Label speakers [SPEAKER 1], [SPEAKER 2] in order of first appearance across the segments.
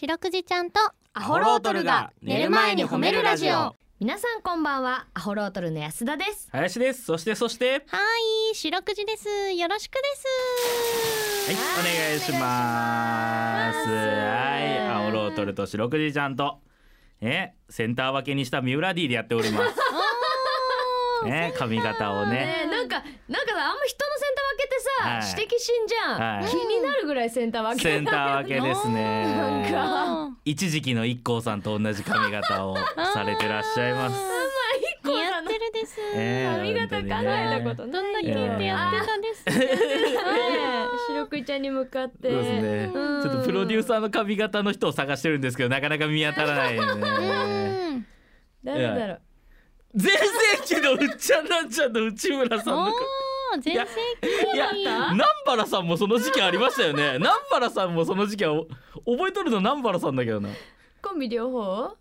[SPEAKER 1] 白くじちゃんと
[SPEAKER 2] アホロートルが寝る前に褒めるラジオ
[SPEAKER 3] 皆さんこんばんはアホロートルの安田です
[SPEAKER 2] 林ですそしてそして
[SPEAKER 1] はい白くじですよろしくです
[SPEAKER 2] はいお願いしますはいアホロートルと白くじちゃんとねセンター分けにした三浦 D でやっており ますね髪型をね
[SPEAKER 3] ねえなんかなんかさあんま人のセンター分けってさ、
[SPEAKER 2] はい
[SPEAKER 3] 指摘しんじゃん、
[SPEAKER 2] はい
[SPEAKER 3] 気になるぐらいセンター分け
[SPEAKER 2] センター分けです
[SPEAKER 3] なん
[SPEAKER 2] ね
[SPEAKER 3] か
[SPEAKER 2] 一時期の一光さんと同じ髪型をされてらっしゃい ます
[SPEAKER 3] こう
[SPEAKER 1] 似合
[SPEAKER 3] な
[SPEAKER 1] っ
[SPEAKER 3] の
[SPEAKER 1] てるです、
[SPEAKER 2] ええ
[SPEAKER 3] 髪型考えたこと
[SPEAKER 1] どん
[SPEAKER 3] な
[SPEAKER 1] だ
[SPEAKER 3] い
[SPEAKER 1] け
[SPEAKER 3] よ、
[SPEAKER 1] 似てやってたんですね
[SPEAKER 3] ねえ白くいちゃんに向かって
[SPEAKER 2] そうですねち
[SPEAKER 3] うん
[SPEAKER 2] ょっとプロデューサーの髪型の人を探してるんですけどなかなか見当たらないよね
[SPEAKER 1] うん
[SPEAKER 3] 誰だろう
[SPEAKER 2] 全盛期のうっちゃんなんちゃんの内村さん
[SPEAKER 1] お
[SPEAKER 2] の
[SPEAKER 1] ー全盛期
[SPEAKER 2] いや南原さんもその時期ありましたよね南原さんもその時期はお覚えとるの南原さんだけどな
[SPEAKER 3] コンビ両方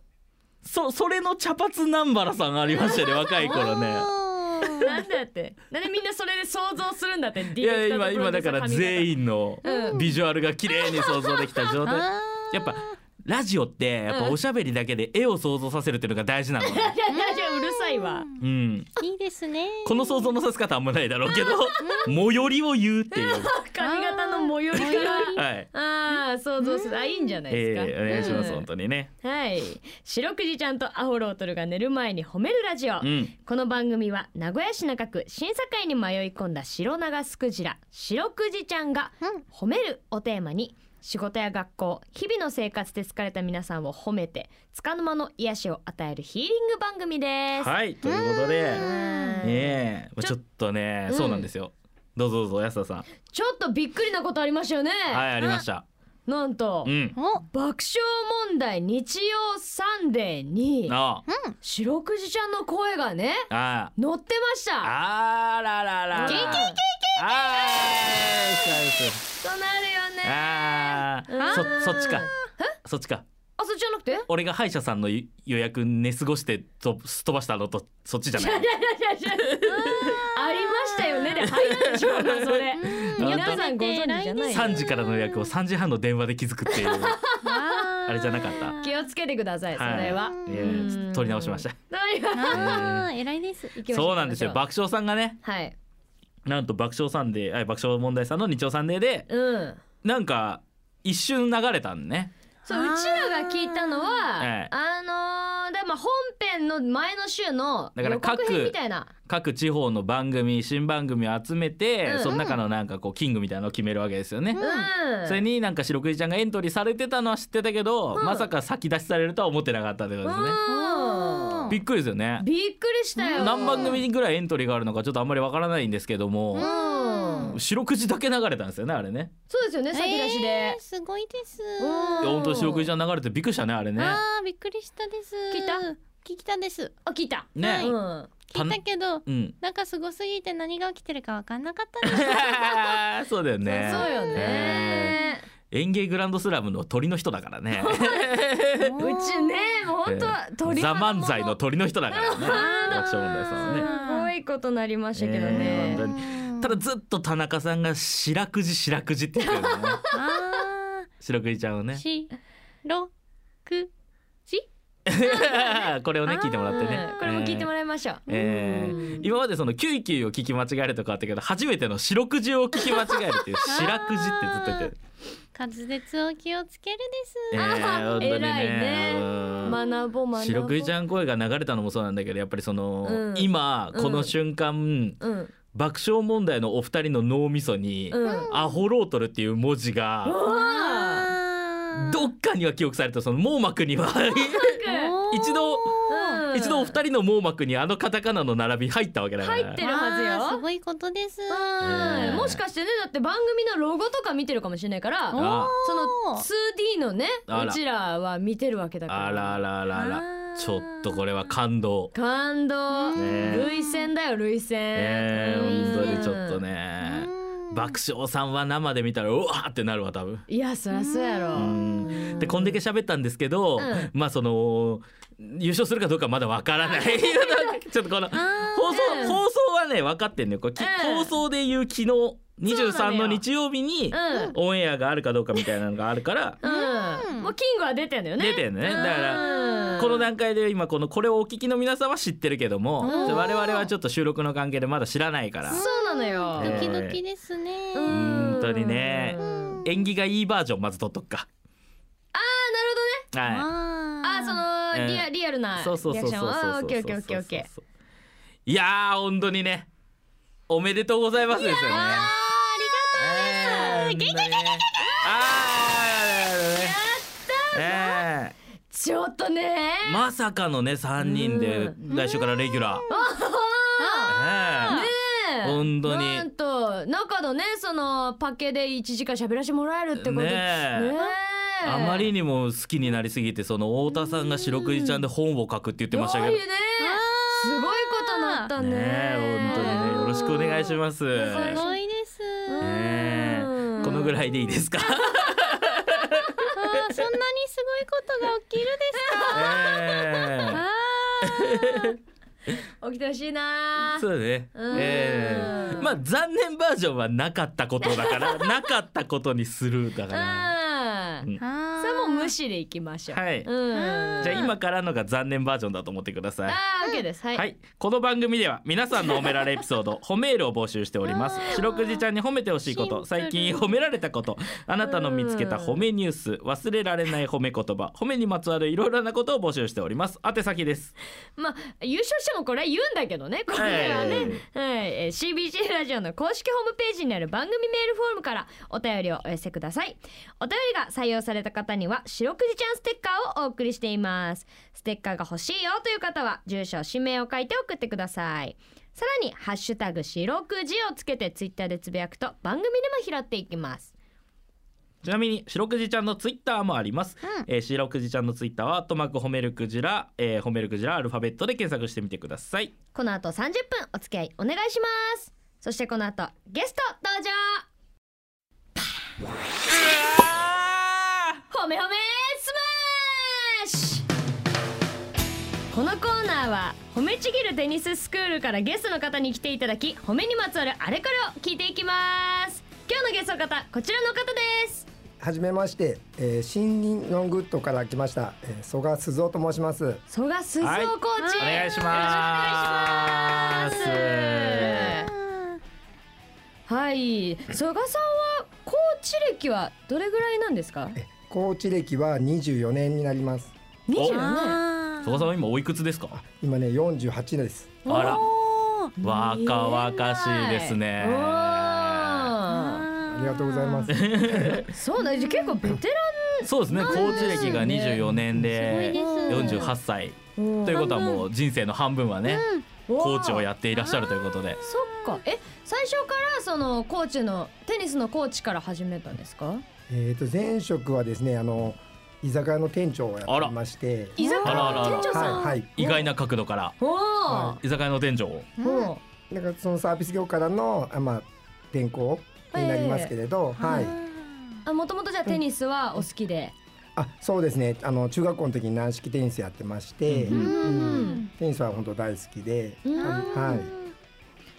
[SPEAKER 2] そそれの茶髪南原さんありましたよね若い頃ね
[SPEAKER 1] おー
[SPEAKER 3] なんだってなんでみんなそれで想像するんだって
[SPEAKER 2] いや今今だから全
[SPEAKER 3] 員
[SPEAKER 2] 員の
[SPEAKER 3] うん
[SPEAKER 2] ビジュアルが綺麗に想像できた状態
[SPEAKER 1] あー
[SPEAKER 2] やっぱラジオってやっぱ
[SPEAKER 3] うん
[SPEAKER 2] おしゃべりだけで絵を想像させるっていうのが大事なの ね、
[SPEAKER 3] いやいやいやうるさいわ
[SPEAKER 2] うん、
[SPEAKER 1] いいですね
[SPEAKER 2] この想像のさせ方あんまないだろうけど最寄りを言うっていう
[SPEAKER 3] 髪型の最寄りから
[SPEAKER 2] はい、
[SPEAKER 3] ああ想像するあいいんじゃないですか、
[SPEAKER 2] えー、お願いします、
[SPEAKER 3] うん
[SPEAKER 2] 本当にね
[SPEAKER 3] はい白くじちゃんとアホロートルが寝る前に褒めるラジオ、
[SPEAKER 2] うん
[SPEAKER 3] この番組は名古屋市中区審査会に迷い込んだ白長スクジラ白くじちゃんが
[SPEAKER 1] うん
[SPEAKER 3] 「褒める」をテーマに仕事や学校日々の生活で疲れた皆さんを褒めて束の間の癒しを与えるヒーリング番組です。
[SPEAKER 2] はいということで
[SPEAKER 3] うん
[SPEAKER 2] ねえ、まあ、
[SPEAKER 3] ち
[SPEAKER 2] ち
[SPEAKER 3] ょ
[SPEAKER 2] ょっとね、
[SPEAKER 3] うん
[SPEAKER 2] そうなんですよ。どうぞどうぞ安田さん。
[SPEAKER 3] ちょっとびっくりなことありましたよね、
[SPEAKER 2] はいありました。
[SPEAKER 3] なんと、
[SPEAKER 2] うん。
[SPEAKER 1] お
[SPEAKER 3] 爆笑問題日曜サンデーに
[SPEAKER 2] あ
[SPEAKER 3] 白くじちゃんの声がね
[SPEAKER 2] ああ
[SPEAKER 3] 乗ってました
[SPEAKER 2] ああらららら。
[SPEAKER 3] いけいけいけいけ
[SPEAKER 2] あーそうです
[SPEAKER 3] となるよね
[SPEAKER 2] あ
[SPEAKER 3] うん
[SPEAKER 2] ーそそっちか。そっちか。
[SPEAKER 3] あそっちじゃなくて
[SPEAKER 2] 俺が歯医者さんの予予約寝過ごしてとすっ飛ばしたのとそっちじゃない。
[SPEAKER 3] ありましたよねで入るでしょうなそれ皆さんご存知じゃない
[SPEAKER 2] 3時からの予約を3時半の電話で気づくっていう。
[SPEAKER 1] あ
[SPEAKER 2] あれじゃなかった
[SPEAKER 3] 気をつけてくださいそれは、
[SPEAKER 1] はい
[SPEAKER 2] いやいやちょっと取り直しました。
[SPEAKER 3] 何が
[SPEAKER 1] あー偉いです
[SPEAKER 3] 行きましょ
[SPEAKER 2] そうなんですよ。
[SPEAKER 3] 行きましょ
[SPEAKER 2] 爆笑さんがね、
[SPEAKER 3] はい
[SPEAKER 2] なんと爆笑さんで、あ爆笑問題さんの日曜サンデーで。
[SPEAKER 3] うん
[SPEAKER 2] なんか一瞬流れたんね。
[SPEAKER 3] そううちらが聞いたのは、
[SPEAKER 2] ええ
[SPEAKER 3] あのーでまあ本編の前の週の
[SPEAKER 2] だから
[SPEAKER 3] 予告
[SPEAKER 2] 各
[SPEAKER 3] 編みたいな
[SPEAKER 2] 各地方の番組新番組を集めて、
[SPEAKER 3] うん
[SPEAKER 2] その中のなんかこうキングみたいなのを決めるわけですよね。
[SPEAKER 1] う
[SPEAKER 3] うん
[SPEAKER 2] それになんか白くじちゃんがエントリーされてたのは知ってたけど、
[SPEAKER 3] うん
[SPEAKER 2] まさか先出しされるとは思ってなかったってことですね。
[SPEAKER 3] うん
[SPEAKER 2] びっくりですよね。
[SPEAKER 3] びっくりしたよ
[SPEAKER 2] 何番組ぐらいエントリーがあるのかちょっとあんまりわからないんですけど
[SPEAKER 3] う
[SPEAKER 2] も、
[SPEAKER 3] ん
[SPEAKER 2] 白くじだけ流れたんですよねあれね。
[SPEAKER 3] そうですよね先出しで、
[SPEAKER 1] えーすごいです
[SPEAKER 3] うん
[SPEAKER 2] 本当に白くじちゃん流れてびっくりしたねあれね。
[SPEAKER 1] あーびっくりしたです
[SPEAKER 3] 聞いた
[SPEAKER 1] 聞きたです
[SPEAKER 3] あ聞いた
[SPEAKER 2] ね
[SPEAKER 1] はい
[SPEAKER 3] うん
[SPEAKER 2] た
[SPEAKER 1] 聞
[SPEAKER 2] ん
[SPEAKER 1] いたけど
[SPEAKER 2] うん。
[SPEAKER 1] なんかすごすぎて何が起きてるかわかんなかったです
[SPEAKER 2] そうだよね。
[SPEAKER 3] そうよね。
[SPEAKER 2] えー。園芸グランドスラムの鳥の人だから ね。
[SPEAKER 3] うちね、もう本当は鳥
[SPEAKER 2] ザ・
[SPEAKER 3] 肌も
[SPEAKER 2] 漫才の鳥の人だからね爆笑問題さんはね
[SPEAKER 3] すごいことなりましたけどね
[SPEAKER 2] ねえ本。ただずっと田中さんが「白くじ白くじ」って言ってるのね
[SPEAKER 1] あ
[SPEAKER 2] 白くじちゃんを
[SPEAKER 1] ー
[SPEAKER 2] ね
[SPEAKER 1] しろく
[SPEAKER 2] これをね聞いてもらってね
[SPEAKER 3] うんこれも聞いてもらいましょう。
[SPEAKER 2] えー
[SPEAKER 3] うん
[SPEAKER 2] 今までその「キュイキュイ」を聞き間違えるとかあったけど初めての「白くじ」を聞き間違えるっていう「白くじ」ってずっと言っ てる、
[SPEAKER 1] 滑舌を気をつけるです
[SPEAKER 2] えー、本当に
[SPEAKER 3] 偉いね
[SPEAKER 2] うん
[SPEAKER 3] 学ぼう学ぼう。
[SPEAKER 2] 白くじちゃん声が流れたのもそうなんだけどやっぱりその、
[SPEAKER 3] うん
[SPEAKER 2] 今こ
[SPEAKER 3] う
[SPEAKER 2] の
[SPEAKER 3] ん
[SPEAKER 2] 瞬間、
[SPEAKER 3] うん
[SPEAKER 2] 爆笑問題のお二人の脳みそに、
[SPEAKER 3] うん。
[SPEAKER 2] アホロートルっていう文字
[SPEAKER 3] わ
[SPEAKER 2] が
[SPEAKER 1] あ
[SPEAKER 3] あ。
[SPEAKER 1] ー
[SPEAKER 2] どっかには記憶されたその網膜に は
[SPEAKER 1] おー
[SPEAKER 2] 一度
[SPEAKER 3] うん
[SPEAKER 2] 一度お二人の網膜にあのカタカナの並び入ったわけだから
[SPEAKER 3] 入ってるはずよ
[SPEAKER 1] あーすごいことです
[SPEAKER 3] うん
[SPEAKER 2] えー
[SPEAKER 3] もしかしてねだって番組のロゴとか見てるかもしれないから
[SPEAKER 1] お
[SPEAKER 3] そ
[SPEAKER 2] あ
[SPEAKER 3] の 2D のね
[SPEAKER 2] あら
[SPEAKER 3] うちらは見てるわけだから
[SPEAKER 2] あらあらあらあ
[SPEAKER 1] あ
[SPEAKER 2] ら
[SPEAKER 1] ー
[SPEAKER 2] ちょっとこれは感動
[SPEAKER 3] 感動
[SPEAKER 2] ね
[SPEAKER 3] 涙腺だよ涙腺
[SPEAKER 2] えー、
[SPEAKER 3] うん
[SPEAKER 2] 本当にちょっとね
[SPEAKER 1] うん
[SPEAKER 2] 爆笑さんは生で見たらうわーってなるわ多分。
[SPEAKER 3] いやそりゃそうやろ
[SPEAKER 2] うんでこんだけ喋ったんですけど、
[SPEAKER 3] うん
[SPEAKER 2] まあその優勝するかどうかまだわか らないなんかちょっとこの
[SPEAKER 1] あ
[SPEAKER 2] 放送、
[SPEAKER 3] うん
[SPEAKER 2] 放送はね分かってんのよこれ、き
[SPEAKER 3] うん
[SPEAKER 2] 放送でいう昨日
[SPEAKER 3] そうな
[SPEAKER 2] 23
[SPEAKER 3] のよ
[SPEAKER 2] の日曜日に
[SPEAKER 3] うん
[SPEAKER 2] オンエアがあるかどうかみたいなのがあるから
[SPEAKER 3] うん
[SPEAKER 1] ーうんん
[SPEAKER 3] もうキングは出てんだよね
[SPEAKER 2] 出てるねだから
[SPEAKER 3] うん
[SPEAKER 2] この段階で今このこれをお聞きの皆さんは知ってるけども
[SPEAKER 3] うん
[SPEAKER 2] 我々はちょっと収録の関係でまだ知らないから
[SPEAKER 3] そうなのよ、
[SPEAKER 1] ド
[SPEAKER 2] ね
[SPEAKER 1] キドキですね。
[SPEAKER 3] うん
[SPEAKER 2] 本当にね
[SPEAKER 3] うん
[SPEAKER 2] 縁起がいいバージョンまず取っとくかは
[SPEAKER 1] あ
[SPEAKER 3] あそのリア,、
[SPEAKER 2] うん
[SPEAKER 3] リアルないリア
[SPEAKER 2] そうそうそう
[SPEAKER 3] クシ
[SPEAKER 2] そ
[SPEAKER 3] ョ
[SPEAKER 2] う
[SPEAKER 3] ン
[SPEAKER 2] そう
[SPEAKER 3] あー
[SPEAKER 2] そ
[SPEAKER 3] オ
[SPEAKER 2] う
[SPEAKER 3] ッケーオッケーオッケーオッケー
[SPEAKER 2] そうそういやー本当にねおめでとうございますですよねありがとうございますあーやった
[SPEAKER 3] ちょっとね
[SPEAKER 2] まさかのね3人で
[SPEAKER 3] う
[SPEAKER 2] 来週からレギュラーねえ
[SPEAKER 3] ね
[SPEAKER 2] 本当に
[SPEAKER 3] なんと中のねそのパケで1時間喋らせてもらえるってこと
[SPEAKER 2] ねえ
[SPEAKER 3] ねえ
[SPEAKER 2] あまりにも好きになりすぎてその太田さんが白くじちゃんで本を書くって言ってましたけど
[SPEAKER 3] すごいねすごいことになったね
[SPEAKER 2] ねえ本当にねよろしくお願いします
[SPEAKER 1] すごいです。
[SPEAKER 3] うん
[SPEAKER 1] あ
[SPEAKER 2] ねえこのぐらいでいいですか
[SPEAKER 1] ーそんなにすごいことが起きるですか。
[SPEAKER 2] ええ
[SPEAKER 3] 起きてほしいな
[SPEAKER 2] そうだね
[SPEAKER 3] うん
[SPEAKER 2] ええまあ残念バージョンはなかったことだから なかったことにするだから
[SPEAKER 3] うん
[SPEAKER 2] うん
[SPEAKER 1] あー
[SPEAKER 3] それはもう無視でいきましょう
[SPEAKER 2] は
[SPEAKER 3] う
[SPEAKER 2] い
[SPEAKER 3] ん
[SPEAKER 2] じゃあ今からのが残念バージョンだと思ってください
[SPEAKER 3] あー OK ですはい、
[SPEAKER 2] はい、この番組では皆さんの褒められエピソード褒めールを募集しております白くじちゃんに褒めてほしいこ
[SPEAKER 1] シンプル
[SPEAKER 2] と最近褒められたことあなたの見つけた褒めニュース忘れられない褒め言葉褒めにまつわるいろいろなことを募集しております宛先です
[SPEAKER 3] まあ優勝してもこれは言うんだけどねこれはね、はい
[SPEAKER 2] は
[SPEAKER 3] いえー CBC ラジオの公式ホームページにある番組メールフォームからお便りをお寄せくださいお便りが採用された方には白くじちゃんステッカーをお送りしていますステッカーが欲しいよという方は住所氏名を書いて送ってくださいさらにハッシュタグ白くじをつけてツイッターでつぶやくと番組でも拾っていきます
[SPEAKER 2] ちなみに白くじちゃんのツイッターもあります、
[SPEAKER 1] うん
[SPEAKER 2] えー白くじちゃんのツイッターは「とまく褒めるくじら」えー褒めるくじら」アルファベットで検索してみてください
[SPEAKER 3] この後30分お付き合いお願いしますそしてこの後ゲスト登場褒め褒めスマッシュこのコーナーは褒めちぎるテニススクールからゲストの方に来ていただき褒めにまつわるあれこれを聞いていきます今日のゲストの方こちらの方です
[SPEAKER 4] はじめまして、えー、森林ノングッドから来ました、えー、曽我鈴夫と申します。
[SPEAKER 3] 曽我鈴夫
[SPEAKER 2] はい
[SPEAKER 3] コーチ、
[SPEAKER 2] お願いし
[SPEAKER 3] よ
[SPEAKER 2] ま
[SPEAKER 3] ろし
[SPEAKER 2] す
[SPEAKER 3] くお願いしますはい曽我さんはコーチ歴はどれぐらいなんですか
[SPEAKER 4] コーチ歴は24年になります。
[SPEAKER 2] お
[SPEAKER 3] 24年
[SPEAKER 1] あ
[SPEAKER 2] 曽我さんは今おいくつですか
[SPEAKER 4] 今ね48です。
[SPEAKER 2] あら
[SPEAKER 1] おー
[SPEAKER 2] 若々しいですね
[SPEAKER 3] おー
[SPEAKER 4] ありがとうございます。
[SPEAKER 3] そうだ結構ベテ
[SPEAKER 2] そうですね。コーチ歴が
[SPEAKER 3] ね
[SPEAKER 2] 24年
[SPEAKER 1] す
[SPEAKER 2] で
[SPEAKER 1] ごいです
[SPEAKER 2] 48歳
[SPEAKER 3] ラン
[SPEAKER 2] ということはもう人生の半分はね、コーチをやっていらっしゃるということで。
[SPEAKER 3] そっかえ最初からそのコーチのテニスのコーチから始めたんですか
[SPEAKER 4] えっと前職はですね、あの居酒屋の店長をやってまして、
[SPEAKER 3] 居酒
[SPEAKER 2] あらあらあ
[SPEAKER 3] 屋
[SPEAKER 2] ら
[SPEAKER 3] の店長さん
[SPEAKER 4] はいはい。
[SPEAKER 2] 意外な角度から
[SPEAKER 3] お
[SPEAKER 4] は
[SPEAKER 2] 居酒屋の店長を。
[SPEAKER 3] ーお
[SPEAKER 4] なんかそのサービス業からのあまあ転校になりますけれど、はい。
[SPEAKER 3] ーあもともとじゃあテニスはお好きで
[SPEAKER 4] あ、そうですね。あの中学校の時に軟式テニスやってまして、
[SPEAKER 2] う
[SPEAKER 3] うんん
[SPEAKER 4] テニスは本当大好きで、
[SPEAKER 3] うん
[SPEAKER 4] はい。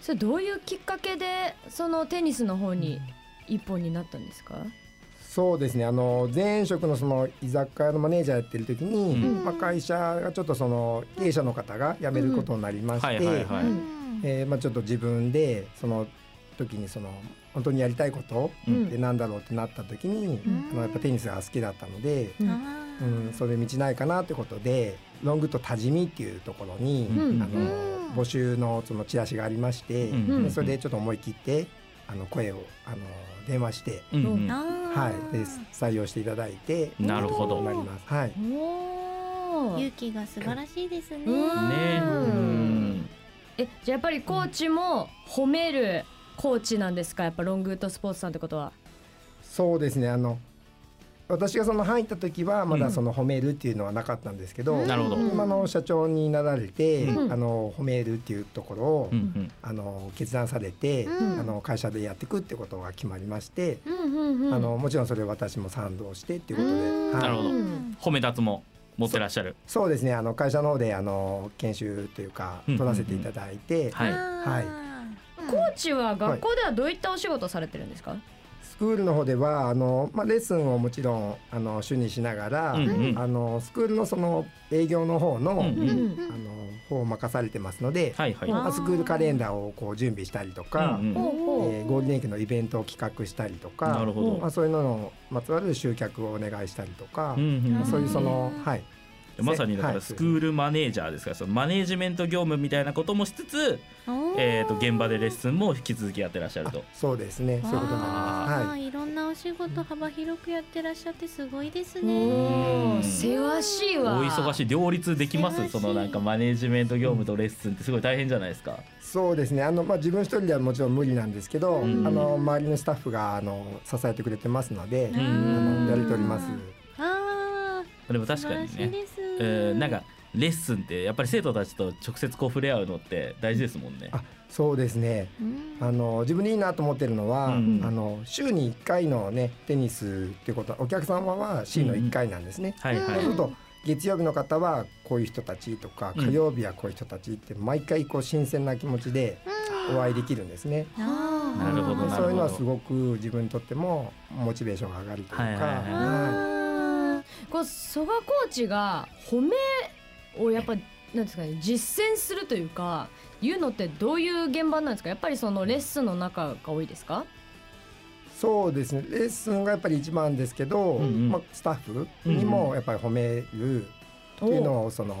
[SPEAKER 3] それどういうきっかけでそのテニスの方に一本になったんですか
[SPEAKER 4] そうですねあの前職のその居酒屋のマネージャーやってる時に、
[SPEAKER 2] うん
[SPEAKER 4] まあ、会社がちょっとその経営者の方が辞めることになりま
[SPEAKER 2] は
[SPEAKER 4] し
[SPEAKER 2] いはい
[SPEAKER 4] て
[SPEAKER 2] はい。
[SPEAKER 3] う
[SPEAKER 2] うんん
[SPEAKER 4] えーまあちょっと自分でその時にその本当にやりたいこと
[SPEAKER 2] う
[SPEAKER 4] ってなんだろうってなった時に、
[SPEAKER 3] うん
[SPEAKER 4] あのやっぱテニスが好きだったので、
[SPEAKER 3] うん
[SPEAKER 4] うん、それ道ないかなってことでロングと多治見っていうところに、
[SPEAKER 3] うん
[SPEAKER 4] あの
[SPEAKER 1] うん
[SPEAKER 4] 募集のそのチラシがありまして、
[SPEAKER 2] うん
[SPEAKER 3] うん
[SPEAKER 4] でそれでちょっと思い切ってあの声をあの電話して。
[SPEAKER 2] うんう
[SPEAKER 3] うん
[SPEAKER 2] ん
[SPEAKER 4] はい、です。採用していただいて。
[SPEAKER 2] なるほど
[SPEAKER 4] なります。はい。
[SPEAKER 3] おー
[SPEAKER 1] 勇気が素晴らしいですね。
[SPEAKER 3] うん
[SPEAKER 2] ね。うん
[SPEAKER 3] えじゃあやっぱりコーチも褒めるコーチなんですかやっぱロングウッドスポーツさんってことは
[SPEAKER 4] そうですね。あの。私がその入った時は、ま
[SPEAKER 2] うん
[SPEAKER 4] だその褒めるっていうのはなかったんですけど。
[SPEAKER 2] なるほど。
[SPEAKER 4] 今の社長になられて、
[SPEAKER 3] うん
[SPEAKER 4] あの褒めるっていうところを、
[SPEAKER 2] うんうん
[SPEAKER 4] あの決断されて、
[SPEAKER 1] うん
[SPEAKER 4] あの会社でやっていくってことが決まりまして、
[SPEAKER 3] うんうんうん
[SPEAKER 4] あのもちろんそれ私も賛同してっていうことで、
[SPEAKER 3] うん
[SPEAKER 4] はい
[SPEAKER 2] なるほど
[SPEAKER 3] うん
[SPEAKER 2] 褒め立つも持ってらっしゃる。
[SPEAKER 4] そうですねあの会社の方であの研修というか
[SPEAKER 2] うん
[SPEAKER 4] 取らせていただいて、
[SPEAKER 2] はい。
[SPEAKER 1] はい。
[SPEAKER 3] コーチは学校ではどういったお仕事をされてるんですか、
[SPEAKER 4] スクールの方ではあの、まあ、レッスンをもちろんあの主にしながら、
[SPEAKER 2] うんうん
[SPEAKER 4] あのスクールのその営業の方の、
[SPEAKER 2] うんうん
[SPEAKER 3] う
[SPEAKER 2] う
[SPEAKER 3] ん
[SPEAKER 2] ん
[SPEAKER 4] あの方を任されてますので、
[SPEAKER 2] はいはい。
[SPEAKER 4] まあスクールカレンダーをこう準備したりとか、
[SPEAKER 2] うんうん
[SPEAKER 3] ほうほ
[SPEAKER 4] えーゴールデンウィークのイベントを企画したりとか
[SPEAKER 2] なるほ
[SPEAKER 4] まあ、
[SPEAKER 2] ど。
[SPEAKER 4] そういうののまつわる集客をお願いしたりとか、
[SPEAKER 2] うんうんうん
[SPEAKER 4] そういうその、はい、
[SPEAKER 2] まさにだか
[SPEAKER 4] は
[SPEAKER 2] ら
[SPEAKER 4] い
[SPEAKER 2] スクールマネージャーですからそのマネージメント業務みたいなこともしつつ、えー、と現場でレッ
[SPEAKER 1] ス
[SPEAKER 2] スンも引き続きやってらっしゃると
[SPEAKER 4] あ。そうですねそういうことになります。はい
[SPEAKER 1] い、いろんなお仕事幅広くやってらっしゃってすごいですね。
[SPEAKER 3] おーせわしい
[SPEAKER 2] お
[SPEAKER 3] わ
[SPEAKER 2] 忙しい両立できま
[SPEAKER 1] 忙し
[SPEAKER 2] す
[SPEAKER 1] い
[SPEAKER 2] そのなんかマネージメント業務とレッスンってすごい大変じゃないですか。
[SPEAKER 4] そうですねあの、まあ、自分一人ではもちろん無理なんですけど、
[SPEAKER 2] うん
[SPEAKER 4] あの周りのスタッフがあの支えてくれてますので、
[SPEAKER 2] ん
[SPEAKER 4] あのやれております。
[SPEAKER 1] あ
[SPEAKER 2] でも
[SPEAKER 1] ー
[SPEAKER 2] 確かに
[SPEAKER 1] 素晴らしい
[SPEAKER 2] ね、
[SPEAKER 1] です
[SPEAKER 2] えー、なんかレッスンってやっぱり生徒たちと直接こう触れ合うのって大事ですもんね。
[SPEAKER 4] あそうですね
[SPEAKER 1] うん
[SPEAKER 4] あの自分でいいなと思ってるのは、
[SPEAKER 2] うん
[SPEAKER 4] あの週に1回の、ね、テニスっていうことはお客様は週の1回なんですね。
[SPEAKER 2] はいは
[SPEAKER 4] そう
[SPEAKER 2] い
[SPEAKER 4] すると月曜日の方はこういう人たちとか
[SPEAKER 2] うん
[SPEAKER 4] 火曜日はこういう人たちって毎回こう新鮮な気持ちでお会いできるんですね。
[SPEAKER 1] あー
[SPEAKER 2] なるほど
[SPEAKER 4] で
[SPEAKER 2] な
[SPEAKER 4] そういうのはすごく自分にとってもモチベーションが上がるというか、
[SPEAKER 2] はいはいはい
[SPEAKER 4] は
[SPEAKER 1] あ
[SPEAKER 3] こう曽我コーチが褒めをやっぱなんですかね実践するというかいうのってどういう現場なんですかやっぱりそのレッスンの中が多いですか
[SPEAKER 4] いそうですねレッスンがやっぱり一番ですけど、
[SPEAKER 2] うんうん
[SPEAKER 4] まあ、スタッフにもやっぱり褒めるっていうのをその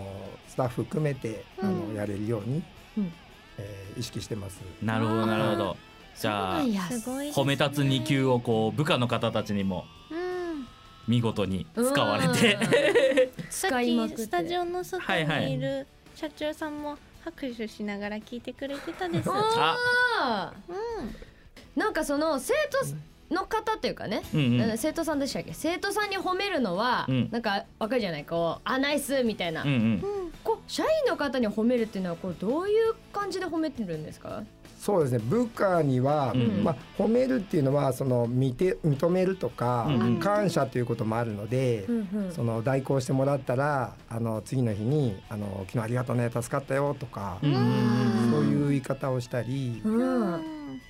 [SPEAKER 4] スタッフ含めて
[SPEAKER 1] う
[SPEAKER 4] あの
[SPEAKER 1] ん
[SPEAKER 4] やれるように、
[SPEAKER 3] うん
[SPEAKER 4] えー意識してます。
[SPEAKER 2] なるほどなるほど。じゃあ
[SPEAKER 3] いや
[SPEAKER 1] ーすごいですね
[SPEAKER 2] 褒め立つ2級をこう部下の方たちにも
[SPEAKER 1] うん
[SPEAKER 2] 見事に使われて。
[SPEAKER 1] さ
[SPEAKER 3] 使
[SPEAKER 1] っ
[SPEAKER 3] いま
[SPEAKER 1] き
[SPEAKER 3] くって
[SPEAKER 1] スタジオの外
[SPEAKER 2] はいはい
[SPEAKER 1] にいる社長さんも拍手しながら聞いてくれてたです。
[SPEAKER 3] あ あ
[SPEAKER 2] あ
[SPEAKER 1] う
[SPEAKER 3] ーなんかその生徒の方っていうかね、
[SPEAKER 2] うんうん
[SPEAKER 3] うん生徒さんでしたっけ生徒さんに褒めるのは、
[SPEAKER 2] うん
[SPEAKER 3] なんかわかるじゃないこうあナイスみたいな、
[SPEAKER 2] うんう
[SPEAKER 1] ん、
[SPEAKER 2] ん。
[SPEAKER 1] うん、
[SPEAKER 3] こう社員の方に褒めるっていうのはこうどういう感じで褒めてるんですか
[SPEAKER 4] そうですね部下には、
[SPEAKER 2] うん
[SPEAKER 4] まあ、褒めるっていうのはその見て認めるとか、
[SPEAKER 2] うんうん
[SPEAKER 4] 感謝ということもあるので、その代行してもらったらあの次の日にあの「昨日ありがとうね助かったよ」とか、
[SPEAKER 2] うんうん
[SPEAKER 4] そういう言い方をしたり、
[SPEAKER 3] うん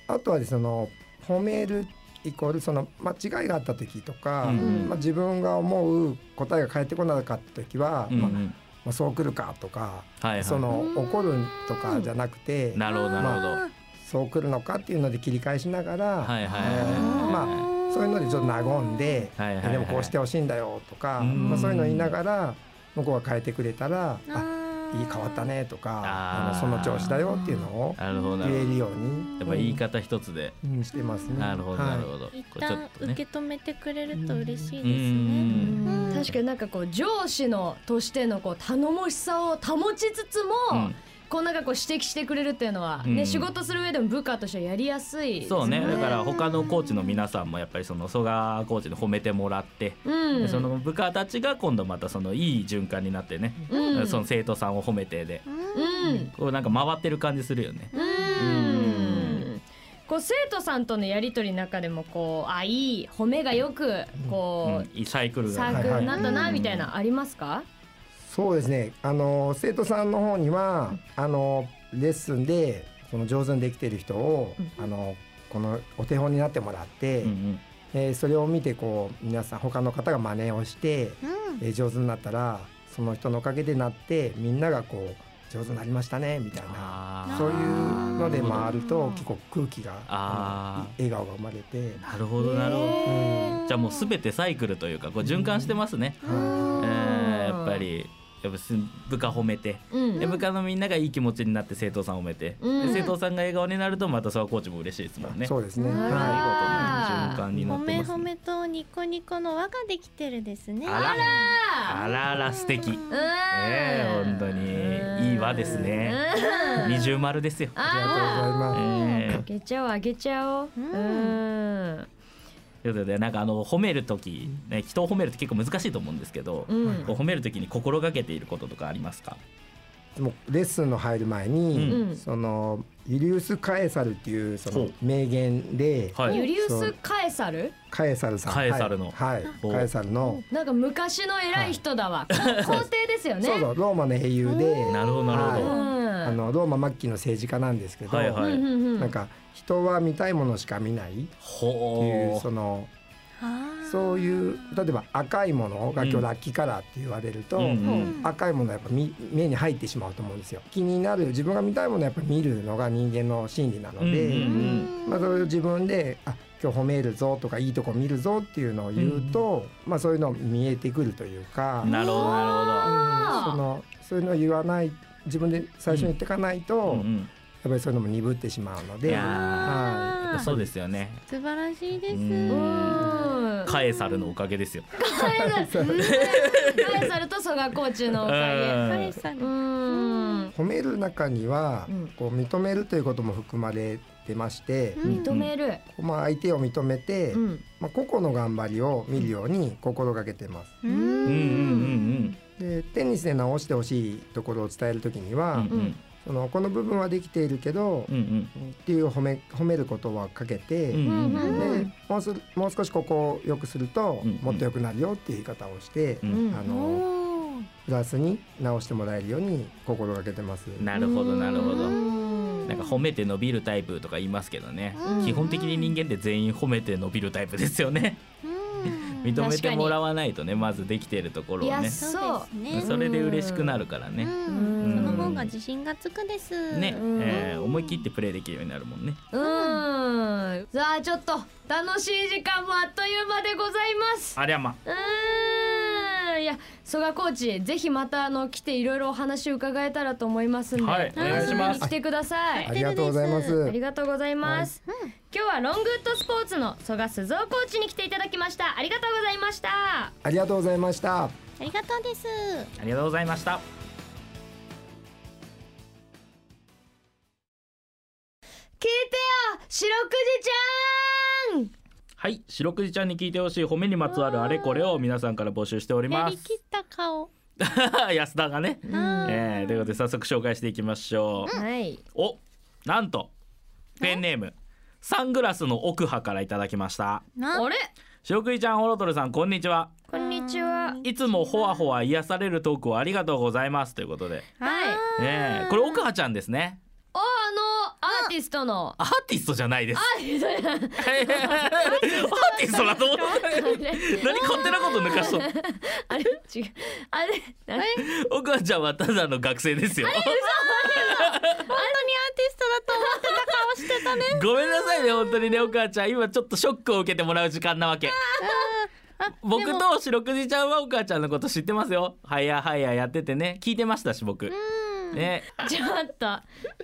[SPEAKER 4] あとはですねその褒めるイコールその間違いがあった時とか、
[SPEAKER 2] うん
[SPEAKER 4] まあ、自分が思う答えが返ってこなかった時は、
[SPEAKER 2] うんう
[SPEAKER 4] まあ
[SPEAKER 2] ん。
[SPEAKER 4] まあそうくるかとか、
[SPEAKER 2] はいはい。
[SPEAKER 4] その怒るとかじゃなくて
[SPEAKER 2] なるほどなるほど。
[SPEAKER 4] そうくるのかっていうので切り返しながら、
[SPEAKER 2] はいはい
[SPEAKER 4] えーまあそういうのでちょっと和んで、
[SPEAKER 2] はいはいはい
[SPEAKER 4] でもこうしてほしいんだよとか、
[SPEAKER 2] うん
[SPEAKER 4] まあ、そういうのを言いながら向こうが変えてくれたら「あ
[SPEAKER 1] あ
[SPEAKER 4] いい変わったね」とか
[SPEAKER 2] あー
[SPEAKER 4] あのその調子だよ」っていうのを
[SPEAKER 2] なるほどな
[SPEAKER 4] 言
[SPEAKER 2] る
[SPEAKER 4] え
[SPEAKER 2] ほど。
[SPEAKER 4] るよう
[SPEAKER 2] やっぱ言い方一つで。
[SPEAKER 4] にうんしてますね。
[SPEAKER 2] なるほどなる
[SPEAKER 4] はい
[SPEAKER 2] ほど。こ
[SPEAKER 1] 一
[SPEAKER 2] う
[SPEAKER 1] 旦
[SPEAKER 2] と
[SPEAKER 1] 受け止めてくれると嬉しいですね。
[SPEAKER 2] うん
[SPEAKER 1] うん
[SPEAKER 3] 確かになんかこう上司のとしてのこう頼もしさを保ちつつも、
[SPEAKER 2] うん
[SPEAKER 3] こうなんかこう指摘してくれるっていうのは、ね
[SPEAKER 2] うん
[SPEAKER 3] 仕事する上でも部下としてはやりやすいです
[SPEAKER 2] そうね。だ
[SPEAKER 3] ね
[SPEAKER 2] から他のコーチの皆さんもやっぱりその蘇我コーチに褒めてもらって、
[SPEAKER 3] うん
[SPEAKER 2] でその部下たちが今度またそのいい循環になってね、
[SPEAKER 3] うん
[SPEAKER 2] その生徒さんを褒めてで、
[SPEAKER 1] うん
[SPEAKER 3] うん
[SPEAKER 2] こうなんか回ってる感じするよね。
[SPEAKER 3] うんこう生徒さんとのやり取りの中でもこうあいい褒めがよくこ
[SPEAKER 2] うんいいサイク
[SPEAKER 3] う、
[SPEAKER 2] ル
[SPEAKER 3] サ
[SPEAKER 2] が
[SPEAKER 3] ー
[SPEAKER 2] ね。
[SPEAKER 3] クルになったなみたいなありますか、
[SPEAKER 4] そうですねあの生徒さんの方にはあのレッスンでその上手にできてる人を、あのこのお手本になってもらって、
[SPEAKER 2] うん
[SPEAKER 4] えーそれを見てこう皆さん他の方が真似をして、
[SPEAKER 1] うん
[SPEAKER 4] えー上手になったらその人のおかげでなってみんながこう上手になりましたねみたいな
[SPEAKER 2] あー
[SPEAKER 4] そういうので
[SPEAKER 1] あ
[SPEAKER 4] 回ると結構空気が
[SPEAKER 2] あ
[SPEAKER 4] あの笑顔が生まれて、
[SPEAKER 2] なるほどなるほど。
[SPEAKER 4] うん
[SPEAKER 2] じゃあもうすべてサイクルというかこう循環してますね。
[SPEAKER 4] は
[SPEAKER 2] え
[SPEAKER 4] い
[SPEAKER 2] ーやっぱりやっぱす部下褒めて、
[SPEAKER 3] うん
[SPEAKER 2] で部下のみんながいい気持ちになって生徒さんを褒めて、
[SPEAKER 3] うん
[SPEAKER 2] で生徒さんが笑顔になるとまたそのコーチも嬉しいですもんね。
[SPEAKER 4] そうですね、
[SPEAKER 3] うん
[SPEAKER 4] は
[SPEAKER 2] はい
[SPEAKER 3] あ
[SPEAKER 2] いい
[SPEAKER 3] ら
[SPEAKER 2] ことね循環にな
[SPEAKER 1] 褒
[SPEAKER 2] って
[SPEAKER 1] め
[SPEAKER 2] ます、ね。
[SPEAKER 1] 褒めとニコニコの輪ができてるですね。
[SPEAKER 2] あらあ
[SPEAKER 3] あ
[SPEAKER 2] らあら素敵。
[SPEAKER 1] うん
[SPEAKER 2] ええ本当にいい輪ですね
[SPEAKER 3] うん
[SPEAKER 2] 二重丸ですよ。
[SPEAKER 4] い、ありがとうございます。
[SPEAKER 2] えー
[SPEAKER 3] あげちゃおうあげちゃおう。
[SPEAKER 1] うん
[SPEAKER 3] うん。
[SPEAKER 2] ということでなんかあの褒める時、ね、人を褒めるって結構難しいと思うんですけど、
[SPEAKER 3] うん
[SPEAKER 2] こう褒める時に心がけていることとかありますか、
[SPEAKER 4] もうレッスンの入る前に、
[SPEAKER 3] うん
[SPEAKER 4] そのユリウス・カエサルっていうそ
[SPEAKER 2] ほ
[SPEAKER 4] の
[SPEAKER 2] う
[SPEAKER 4] 名言で、
[SPEAKER 2] はい
[SPEAKER 3] ユリウ
[SPEAKER 4] そ
[SPEAKER 3] ス
[SPEAKER 4] う
[SPEAKER 3] カエサル？
[SPEAKER 4] カエサルさん
[SPEAKER 2] カエサルの
[SPEAKER 4] はい、はい
[SPEAKER 2] ほう
[SPEAKER 4] カエサルの、
[SPEAKER 3] なんか昔の偉い人だわ。こ皇帝ですよね。
[SPEAKER 4] そうそうローマの英雄で、
[SPEAKER 2] なるほどなるほど、
[SPEAKER 4] はい
[SPEAKER 3] うん。
[SPEAKER 4] ああのローマ末期の政治家なんですけど、
[SPEAKER 2] はいはい
[SPEAKER 3] うんうんうん
[SPEAKER 4] なんか人は見たいものしか見ないってい
[SPEAKER 2] ほ
[SPEAKER 4] う
[SPEAKER 2] う
[SPEAKER 4] その
[SPEAKER 1] あー
[SPEAKER 4] そういう例えば赤いものが今日ラッキーカラーって言われると、
[SPEAKER 2] うん
[SPEAKER 1] うん
[SPEAKER 4] 赤いものはやっぱ見目に入ってしまうと思うんですよ。気になる自分が見たいものはやっぱ見るのが人間の心理なので、
[SPEAKER 2] うんうん
[SPEAKER 4] まあ、それを自分で「あ今日褒めるぞ」とか「いいとこ見るぞ」っていうのを言うと、まあ、そういうの見えてくるというか、
[SPEAKER 2] なるほどな
[SPEAKER 4] そのそういうのを言わない自分で最初に言っていかないと、
[SPEAKER 2] るほど、う
[SPEAKER 4] やっ
[SPEAKER 2] ん
[SPEAKER 4] ぱりそういうのも鈍ってしまうの
[SPEAKER 2] い
[SPEAKER 4] で。
[SPEAKER 2] や
[SPEAKER 4] は
[SPEAKER 2] ーそうですよね
[SPEAKER 1] 素晴らしいです。
[SPEAKER 2] うん
[SPEAKER 3] うん
[SPEAKER 2] カエサルのおかげですよ
[SPEAKER 3] カエサルうんカエサルと蘇我コーチのおかげ
[SPEAKER 1] カレさん
[SPEAKER 3] う。ん
[SPEAKER 4] 褒める中には、
[SPEAKER 3] うん
[SPEAKER 4] こう認めるということも含まれてまして、
[SPEAKER 1] うん
[SPEAKER 3] 認める
[SPEAKER 4] まあ、相手を認めて、
[SPEAKER 3] うん
[SPEAKER 4] まあ、個々の頑張りを見るように心がけてます。
[SPEAKER 1] う
[SPEAKER 2] うん
[SPEAKER 1] ん
[SPEAKER 2] うんうん
[SPEAKER 4] でテニスで直してほしいところを伝えるときには、
[SPEAKER 2] うんうん
[SPEAKER 4] そのこの部分はできているけど
[SPEAKER 2] う、ん
[SPEAKER 4] っていう褒め褒めることはかけて、
[SPEAKER 2] うんうんうんうん
[SPEAKER 3] うん
[SPEAKER 4] でもうすもう少しここを良くすると、
[SPEAKER 2] うん
[SPEAKER 4] もっと良くなるよっていう言い方をして、
[SPEAKER 3] う
[SPEAKER 2] う
[SPEAKER 3] んん
[SPEAKER 4] あの
[SPEAKER 1] おー
[SPEAKER 4] プラスに直してもらえるように心がけてます。
[SPEAKER 2] なるほどなるほど
[SPEAKER 3] うん
[SPEAKER 2] なんか褒めて伸びるタイプとか言いますけどね
[SPEAKER 1] うん
[SPEAKER 2] 基本的に人間って全員褒めて伸びるタイプですよね
[SPEAKER 1] うん
[SPEAKER 2] 認めてもらわないとねまずできているところを
[SPEAKER 3] い
[SPEAKER 2] ね
[SPEAKER 3] や
[SPEAKER 1] そうですね。
[SPEAKER 2] それで嬉しくなるから
[SPEAKER 1] う
[SPEAKER 2] ね
[SPEAKER 1] ん
[SPEAKER 3] うん
[SPEAKER 1] その方が自信がつくです。
[SPEAKER 2] ね
[SPEAKER 3] うん
[SPEAKER 2] えー思い切ってプレーできるようになるもんね
[SPEAKER 3] うんさあちょっと楽しい時間もあっという間でございます
[SPEAKER 2] ありゃま
[SPEAKER 3] うーんいや蘇我コーチぜひまたあの来ていろいろお話伺えたらと思いますんで、
[SPEAKER 2] はいお願いしま
[SPEAKER 3] 遊びに
[SPEAKER 2] す
[SPEAKER 3] 来てください、
[SPEAKER 4] ありがとうございま
[SPEAKER 1] は
[SPEAKER 3] あ
[SPEAKER 4] す
[SPEAKER 3] り。がとうございます、今日はロングウッドスポーツの蘇我鈴雄コーチに来ていただきましたありがとうございました
[SPEAKER 4] ありがとうございました。
[SPEAKER 1] ありがとうです。
[SPEAKER 2] ありがとうございました
[SPEAKER 3] 聞いてよ白くじちゃん
[SPEAKER 2] はい白くじちゃんに聞いてほしい褒めにまつわるあれこれを皆さんから募集しており
[SPEAKER 1] や
[SPEAKER 2] ま
[SPEAKER 1] り
[SPEAKER 2] す
[SPEAKER 1] きった顔。
[SPEAKER 2] 安田が
[SPEAKER 1] はい
[SPEAKER 2] ね、えーということで早速紹介していきましょう、
[SPEAKER 3] はい
[SPEAKER 2] おなんとペンネームサングラスの奥歯からいただきました
[SPEAKER 1] な
[SPEAKER 3] あれ
[SPEAKER 2] 白くじちゃんホロトルさんこんにちは
[SPEAKER 3] こんにちはい
[SPEAKER 2] つもほわほわ癒されるトークをありがとうございますということで、
[SPEAKER 3] はい
[SPEAKER 2] ねえ、これ奥歯ちゃんですね
[SPEAKER 3] ああのアーティストの
[SPEAKER 2] アーティストじゃないです
[SPEAKER 3] アーティストじゃない
[SPEAKER 2] アーティストだと思った何勝手なこと抜かしとる
[SPEAKER 3] あれ違うあれあれ
[SPEAKER 2] 奥歯ちゃんはただの学生ですよ
[SPEAKER 1] 本当にアーティストだと思ってた顔してたね。
[SPEAKER 2] ごめんなさいね本当にねお母ちゃん今ちょっとショックを受けてもらう時間なわけ
[SPEAKER 1] あ
[SPEAKER 2] 僕
[SPEAKER 1] でも
[SPEAKER 2] と白くじちゃんはお母ちゃんのこと知ってますよはやはややっててね聞いてましたし僕
[SPEAKER 1] うん
[SPEAKER 2] ね
[SPEAKER 3] ちょっと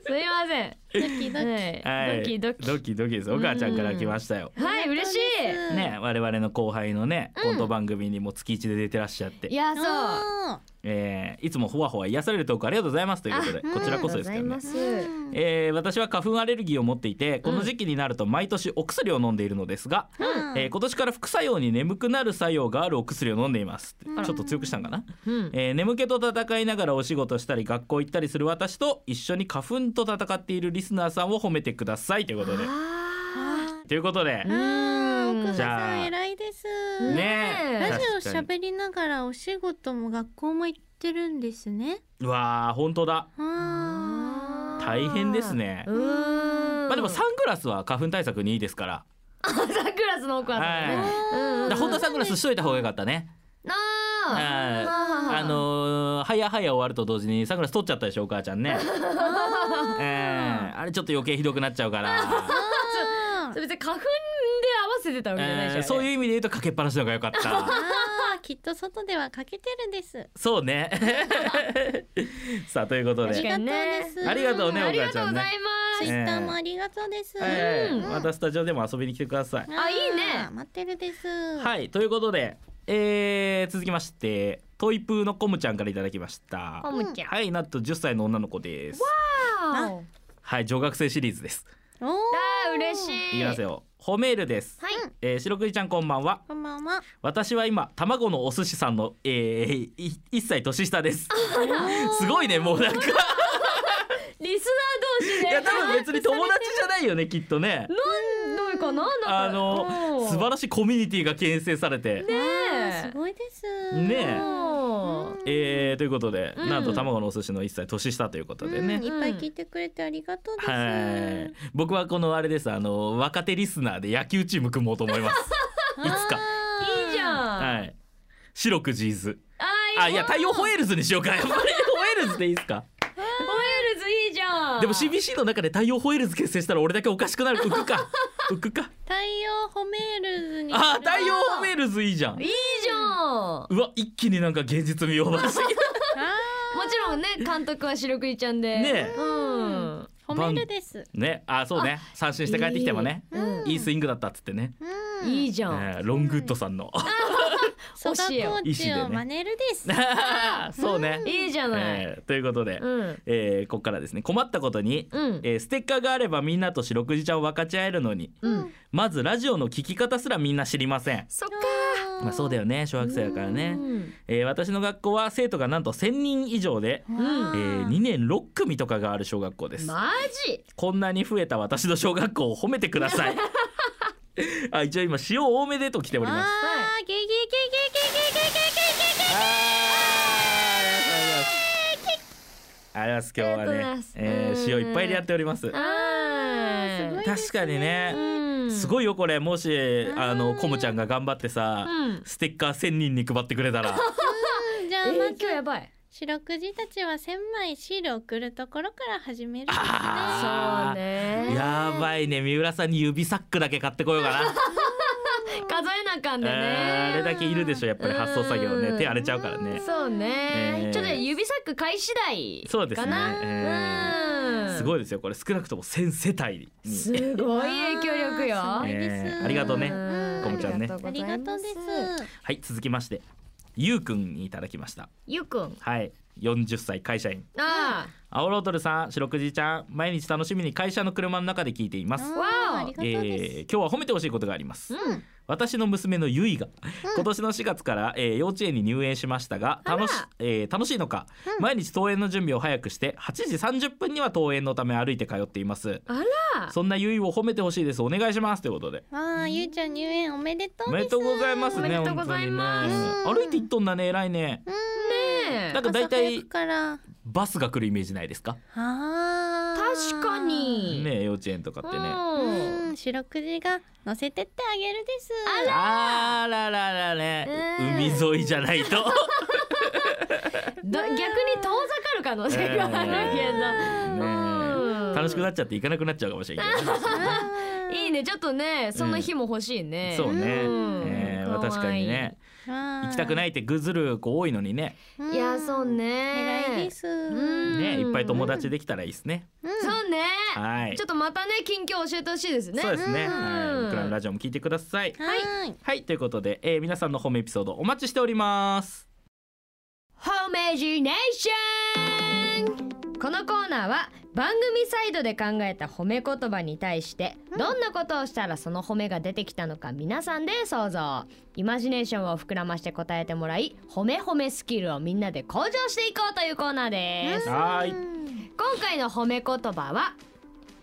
[SPEAKER 3] すいません
[SPEAKER 1] ドキドキ。
[SPEAKER 2] は
[SPEAKER 3] はい
[SPEAKER 2] い
[SPEAKER 3] ドキドキ
[SPEAKER 2] ドキドキですお母ちゃんから来ましたよ
[SPEAKER 3] はい嬉しい
[SPEAKER 2] ね我々の後輩のねコント番組にも月一で出てらっしゃって
[SPEAKER 3] いや
[SPEAKER 1] あり
[SPEAKER 3] そ
[SPEAKER 1] が
[SPEAKER 3] う
[SPEAKER 1] とうです。
[SPEAKER 2] えーいつもほわほわ癒されるトークありがとうございますということで
[SPEAKER 1] あ
[SPEAKER 2] こちらこそですけどね
[SPEAKER 3] ありがとうございます
[SPEAKER 1] うん
[SPEAKER 2] えー私は花粉アレルギーを持っていてこの時期になると毎年お薬を飲んでいるのですが、
[SPEAKER 1] うん
[SPEAKER 2] えー今年から副作用に眠くなる作用があるお薬を飲んでいます
[SPEAKER 1] うん
[SPEAKER 2] ちょっと強くしたんかな、
[SPEAKER 3] うん
[SPEAKER 2] えー眠気と戦いながらお仕事したり学校行ったりする私と一緒に花粉と戦っているリスナーさんを褒めてくださいということで
[SPEAKER 3] あ
[SPEAKER 2] ということで
[SPEAKER 3] ー
[SPEAKER 1] うん奥
[SPEAKER 3] う
[SPEAKER 1] 歯
[SPEAKER 2] じゃ
[SPEAKER 1] さ
[SPEAKER 2] あ
[SPEAKER 1] ん偉いです。
[SPEAKER 3] ー
[SPEAKER 2] ねえ
[SPEAKER 1] ラジオ
[SPEAKER 2] 確かに
[SPEAKER 1] 喋りながらお仕事も学校も行ってるんですね。
[SPEAKER 2] うわあ本当だ
[SPEAKER 1] あー
[SPEAKER 2] 大変ですね
[SPEAKER 3] うーん
[SPEAKER 2] まあでもサングラスは花粉対策にいいですから
[SPEAKER 3] サングラスの奥は
[SPEAKER 2] は
[SPEAKER 3] ね
[SPEAKER 1] い
[SPEAKER 3] うんうん
[SPEAKER 2] だから本当はサングラスしといた方がよかったね
[SPEAKER 3] な
[SPEAKER 2] はいあのー、はやはや終わると同時にサングラス取っちゃったでしょお母ちゃんね。えーあれちょっと余計ひどくなっちゃうから、
[SPEAKER 1] あ ー
[SPEAKER 3] 別に花粉で合わせてたわけじゃないじゃん、
[SPEAKER 2] えーそういう
[SPEAKER 3] う
[SPEAKER 2] 意味で言うとかけっぱなしの方が良 かった。
[SPEAKER 1] あーきっと外では欠けてるです。
[SPEAKER 2] そ うね。さあということ
[SPEAKER 1] あり
[SPEAKER 2] で、
[SPEAKER 1] が
[SPEAKER 3] 確
[SPEAKER 1] と
[SPEAKER 3] か
[SPEAKER 1] う
[SPEAKER 3] にね
[SPEAKER 1] です。
[SPEAKER 2] ありがとうね
[SPEAKER 3] ありがとうござい
[SPEAKER 2] お母ちゃんね
[SPEAKER 3] ます、
[SPEAKER 1] ツイッターもありがとうです。
[SPEAKER 2] えー
[SPEAKER 1] うん
[SPEAKER 2] またスタジオでも遊びに来てください。
[SPEAKER 3] あいいね
[SPEAKER 1] 待ってるです。。
[SPEAKER 2] はいいということで、えー続きましてトイプーのコムちゃんからいただきました。
[SPEAKER 3] コムちゃん
[SPEAKER 2] はいなんと10歳の女の子です。
[SPEAKER 3] あー
[SPEAKER 2] はい女学生シリーズです。
[SPEAKER 1] おー
[SPEAKER 3] あー嬉しい
[SPEAKER 2] いきますよ。ホメールです。
[SPEAKER 3] はい
[SPEAKER 2] えー、白くじちゃんこんばんは。
[SPEAKER 1] こんばんは。
[SPEAKER 2] 私は今卵のお寿司さんの、えー、い一歳年下です。 すごいねもうな んかい
[SPEAKER 3] リスナー同士で
[SPEAKER 2] や多分別に友達じゃないよねきっとね。
[SPEAKER 3] なんどういうかななんか
[SPEAKER 2] あの素晴
[SPEAKER 3] ら
[SPEAKER 2] らしいコミュニティが形成されて
[SPEAKER 3] ねえ
[SPEAKER 1] あーすごいです。
[SPEAKER 2] ねえ
[SPEAKER 1] うん
[SPEAKER 2] えーということで、
[SPEAKER 3] うん
[SPEAKER 2] なんと卵のお寿司の一歳年下ということでね
[SPEAKER 1] うん、い。っぱい聞いてくれてありがとうです。
[SPEAKER 2] はい。僕はこのあれです。あの若手リスナーで野球チーム組もうと思います。いつか。
[SPEAKER 3] いいじゃ
[SPEAKER 1] ん。
[SPEAKER 3] ん。
[SPEAKER 2] はい。白くジーズ。
[SPEAKER 3] あ
[SPEAKER 2] あ、いや、太陽ホエールズにしようか。やっぱりホエールズでいいですか。
[SPEAKER 3] ホエールズいいじゃん。
[SPEAKER 2] でも CBC の中で太陽ホエールズ結成したら俺だけおかしくなる。浮くか。浮くか。
[SPEAKER 1] 太陽褒めるずに。
[SPEAKER 2] あ、太陽ホエールズいいじゃん
[SPEAKER 3] い。いじゃん。
[SPEAKER 2] うわ、一気になんか現実味を増してき
[SPEAKER 3] もちろんね監督は白くいちゃんで。
[SPEAKER 2] た。ね
[SPEAKER 3] う。
[SPEAKER 1] うんん。褒めるです。
[SPEAKER 2] え。ね。あ、そうね。三振して帰ってきてもね。
[SPEAKER 1] うん
[SPEAKER 2] いいスイングだったっつってね。
[SPEAKER 1] うん。
[SPEAKER 3] いいじゃん。
[SPEAKER 2] えーロングッドさんの。
[SPEAKER 1] ソダコーチを真似るです。
[SPEAKER 2] そうね。
[SPEAKER 3] いいじゃない。
[SPEAKER 2] えーということで、
[SPEAKER 3] うん。
[SPEAKER 2] えーここからですね困ったことに、
[SPEAKER 3] うん。
[SPEAKER 2] えーステッカーがあればみんなと四六時ちゃんを分かち合えるのに
[SPEAKER 3] うん。
[SPEAKER 2] まずラジオの聞き方すらみんな知りません。
[SPEAKER 3] そっか。
[SPEAKER 2] まあそうだよね小学生だからね
[SPEAKER 3] う、ん。
[SPEAKER 2] えー私の学校は生徒がなんと1,000人以上で、
[SPEAKER 1] うん。
[SPEAKER 2] えー、2年6組とかがある小学校です。
[SPEAKER 3] マジ。
[SPEAKER 2] こんなに増えた私の小学校を褒めてください。あ一応今塩多めでと来ております。
[SPEAKER 1] あー、ゲゲゲゲゲゲゲゲゲゲ
[SPEAKER 2] あーありがとうございま
[SPEAKER 3] ありが
[SPEAKER 2] す。ありがとうございます今日
[SPEAKER 3] とうござい
[SPEAKER 2] は
[SPEAKER 3] ま
[SPEAKER 2] ね
[SPEAKER 3] す、
[SPEAKER 2] えー
[SPEAKER 3] うん
[SPEAKER 2] 塩いっぱいでやっております。
[SPEAKER 3] あー
[SPEAKER 1] すごい
[SPEAKER 2] 確かに
[SPEAKER 1] う
[SPEAKER 2] ね、
[SPEAKER 3] うん。
[SPEAKER 2] すごいよこれもしあのコムちゃんが頑張ってさ、
[SPEAKER 3] うん。
[SPEAKER 2] ステッカー1000人に配ってくれたら
[SPEAKER 1] うん。じゃ
[SPEAKER 3] え
[SPEAKER 1] あ、
[SPEAKER 3] ー
[SPEAKER 1] ま
[SPEAKER 3] 今日や
[SPEAKER 1] ず、
[SPEAKER 3] ばい。
[SPEAKER 1] 四六時たちは千枚シールを送るところから始めるんですね。
[SPEAKER 2] あー
[SPEAKER 3] そうね。
[SPEAKER 2] やばいね三浦さんに指サックだけ買ってこようかな、
[SPEAKER 3] 数えなあかんで
[SPEAKER 2] あーあ
[SPEAKER 3] ね。
[SPEAKER 2] れだけいるでしょやっぱり発送作業
[SPEAKER 3] う
[SPEAKER 2] ね
[SPEAKER 3] ん
[SPEAKER 2] 手荒れちゃうからね
[SPEAKER 3] そう
[SPEAKER 2] え
[SPEAKER 3] ね
[SPEAKER 2] ー。
[SPEAKER 3] ちょっと指サック買い次第かな。
[SPEAKER 2] そうですねえーす
[SPEAKER 3] い。
[SPEAKER 2] ごいですよこれ少なくとも1000世帯に
[SPEAKER 3] すごい影響力よ。
[SPEAKER 1] すごいです
[SPEAKER 2] えーありがとうね
[SPEAKER 3] ん
[SPEAKER 2] こむちゃんね
[SPEAKER 1] ありがとうです。
[SPEAKER 2] はい続きましてゆうくんにいただきました
[SPEAKER 3] ゆうくん。
[SPEAKER 2] はい40歳会社員
[SPEAKER 3] あ
[SPEAKER 2] 青ロートルさん白くじちゃん毎日楽しみに会社の車の中で聞いています
[SPEAKER 1] うん
[SPEAKER 3] わお
[SPEAKER 1] ありがとうです。
[SPEAKER 2] えー今日は褒めてほしいことがあります、
[SPEAKER 3] うん
[SPEAKER 2] 私の娘のゆいが、今年の4月から、えー幼稚園に入園しましたが楽し,、えー楽しいのか、毎日登園の準備を早くして8時30分には登園のため歩いて通っています
[SPEAKER 3] あ。あら。
[SPEAKER 2] そんなゆいを褒めてほしいですお願いしますということで
[SPEAKER 1] わあ、ゆうちゃん入園おめでとう
[SPEAKER 2] お
[SPEAKER 1] です。
[SPEAKER 2] めでとうございます
[SPEAKER 3] おめ
[SPEAKER 2] ね
[SPEAKER 3] でとう
[SPEAKER 2] 本
[SPEAKER 3] ご
[SPEAKER 2] 当
[SPEAKER 3] ざい
[SPEAKER 2] にね
[SPEAKER 3] ます
[SPEAKER 1] うん
[SPEAKER 2] 歩いて行っとんだね偉いね
[SPEAKER 1] うん。
[SPEAKER 3] ねえ
[SPEAKER 2] なんか大
[SPEAKER 1] 朝早
[SPEAKER 2] 体
[SPEAKER 1] くから。
[SPEAKER 2] バスが来るイメージないですか
[SPEAKER 1] ああ。
[SPEAKER 3] 確か。に。
[SPEAKER 2] ね幼稚園とかってね
[SPEAKER 3] うん。
[SPEAKER 1] うん、四六時が乗せてってあげるです。
[SPEAKER 2] あらららね、
[SPEAKER 3] うん
[SPEAKER 2] 海沿いじゃないと
[SPEAKER 3] だ逆に遠ざかる可能性があるけ
[SPEAKER 2] ね
[SPEAKER 3] ど。うん
[SPEAKER 2] 楽しくなっちゃって行かなくなっちゃうかもしれないけどね
[SPEAKER 3] いいねちょっとねその日も欲しいね。
[SPEAKER 2] そうね、
[SPEAKER 3] ん
[SPEAKER 2] えーまあ
[SPEAKER 3] かわいい
[SPEAKER 2] 確かにね
[SPEAKER 1] 行。
[SPEAKER 2] 行きたくないいってぐずる子多いのにね
[SPEAKER 1] うん
[SPEAKER 3] いやそう。ね。
[SPEAKER 1] 偉いです。
[SPEAKER 3] うん
[SPEAKER 2] ねいっぱい友達できたらいいですね、
[SPEAKER 3] そうね。
[SPEAKER 2] はい
[SPEAKER 3] ちょっとまたね近況教えてほしいですね。
[SPEAKER 2] そうですね、
[SPEAKER 1] うん
[SPEAKER 2] はい僕らのラジオも聞いてください
[SPEAKER 1] はい。はい。
[SPEAKER 2] はいということで、えー皆さんのホームエピソードお待ちしております
[SPEAKER 3] ホームージネーションこのコーナーは番組サイドで考えた褒め言葉に対してどんなことをしたらその褒めが出てきたのか皆さんで想像イマジネーションを膨らまして答えてもらい褒め褒めスキルをみんなで向上していこうというコーナーです
[SPEAKER 2] はい
[SPEAKER 3] 今回の褒め言葉は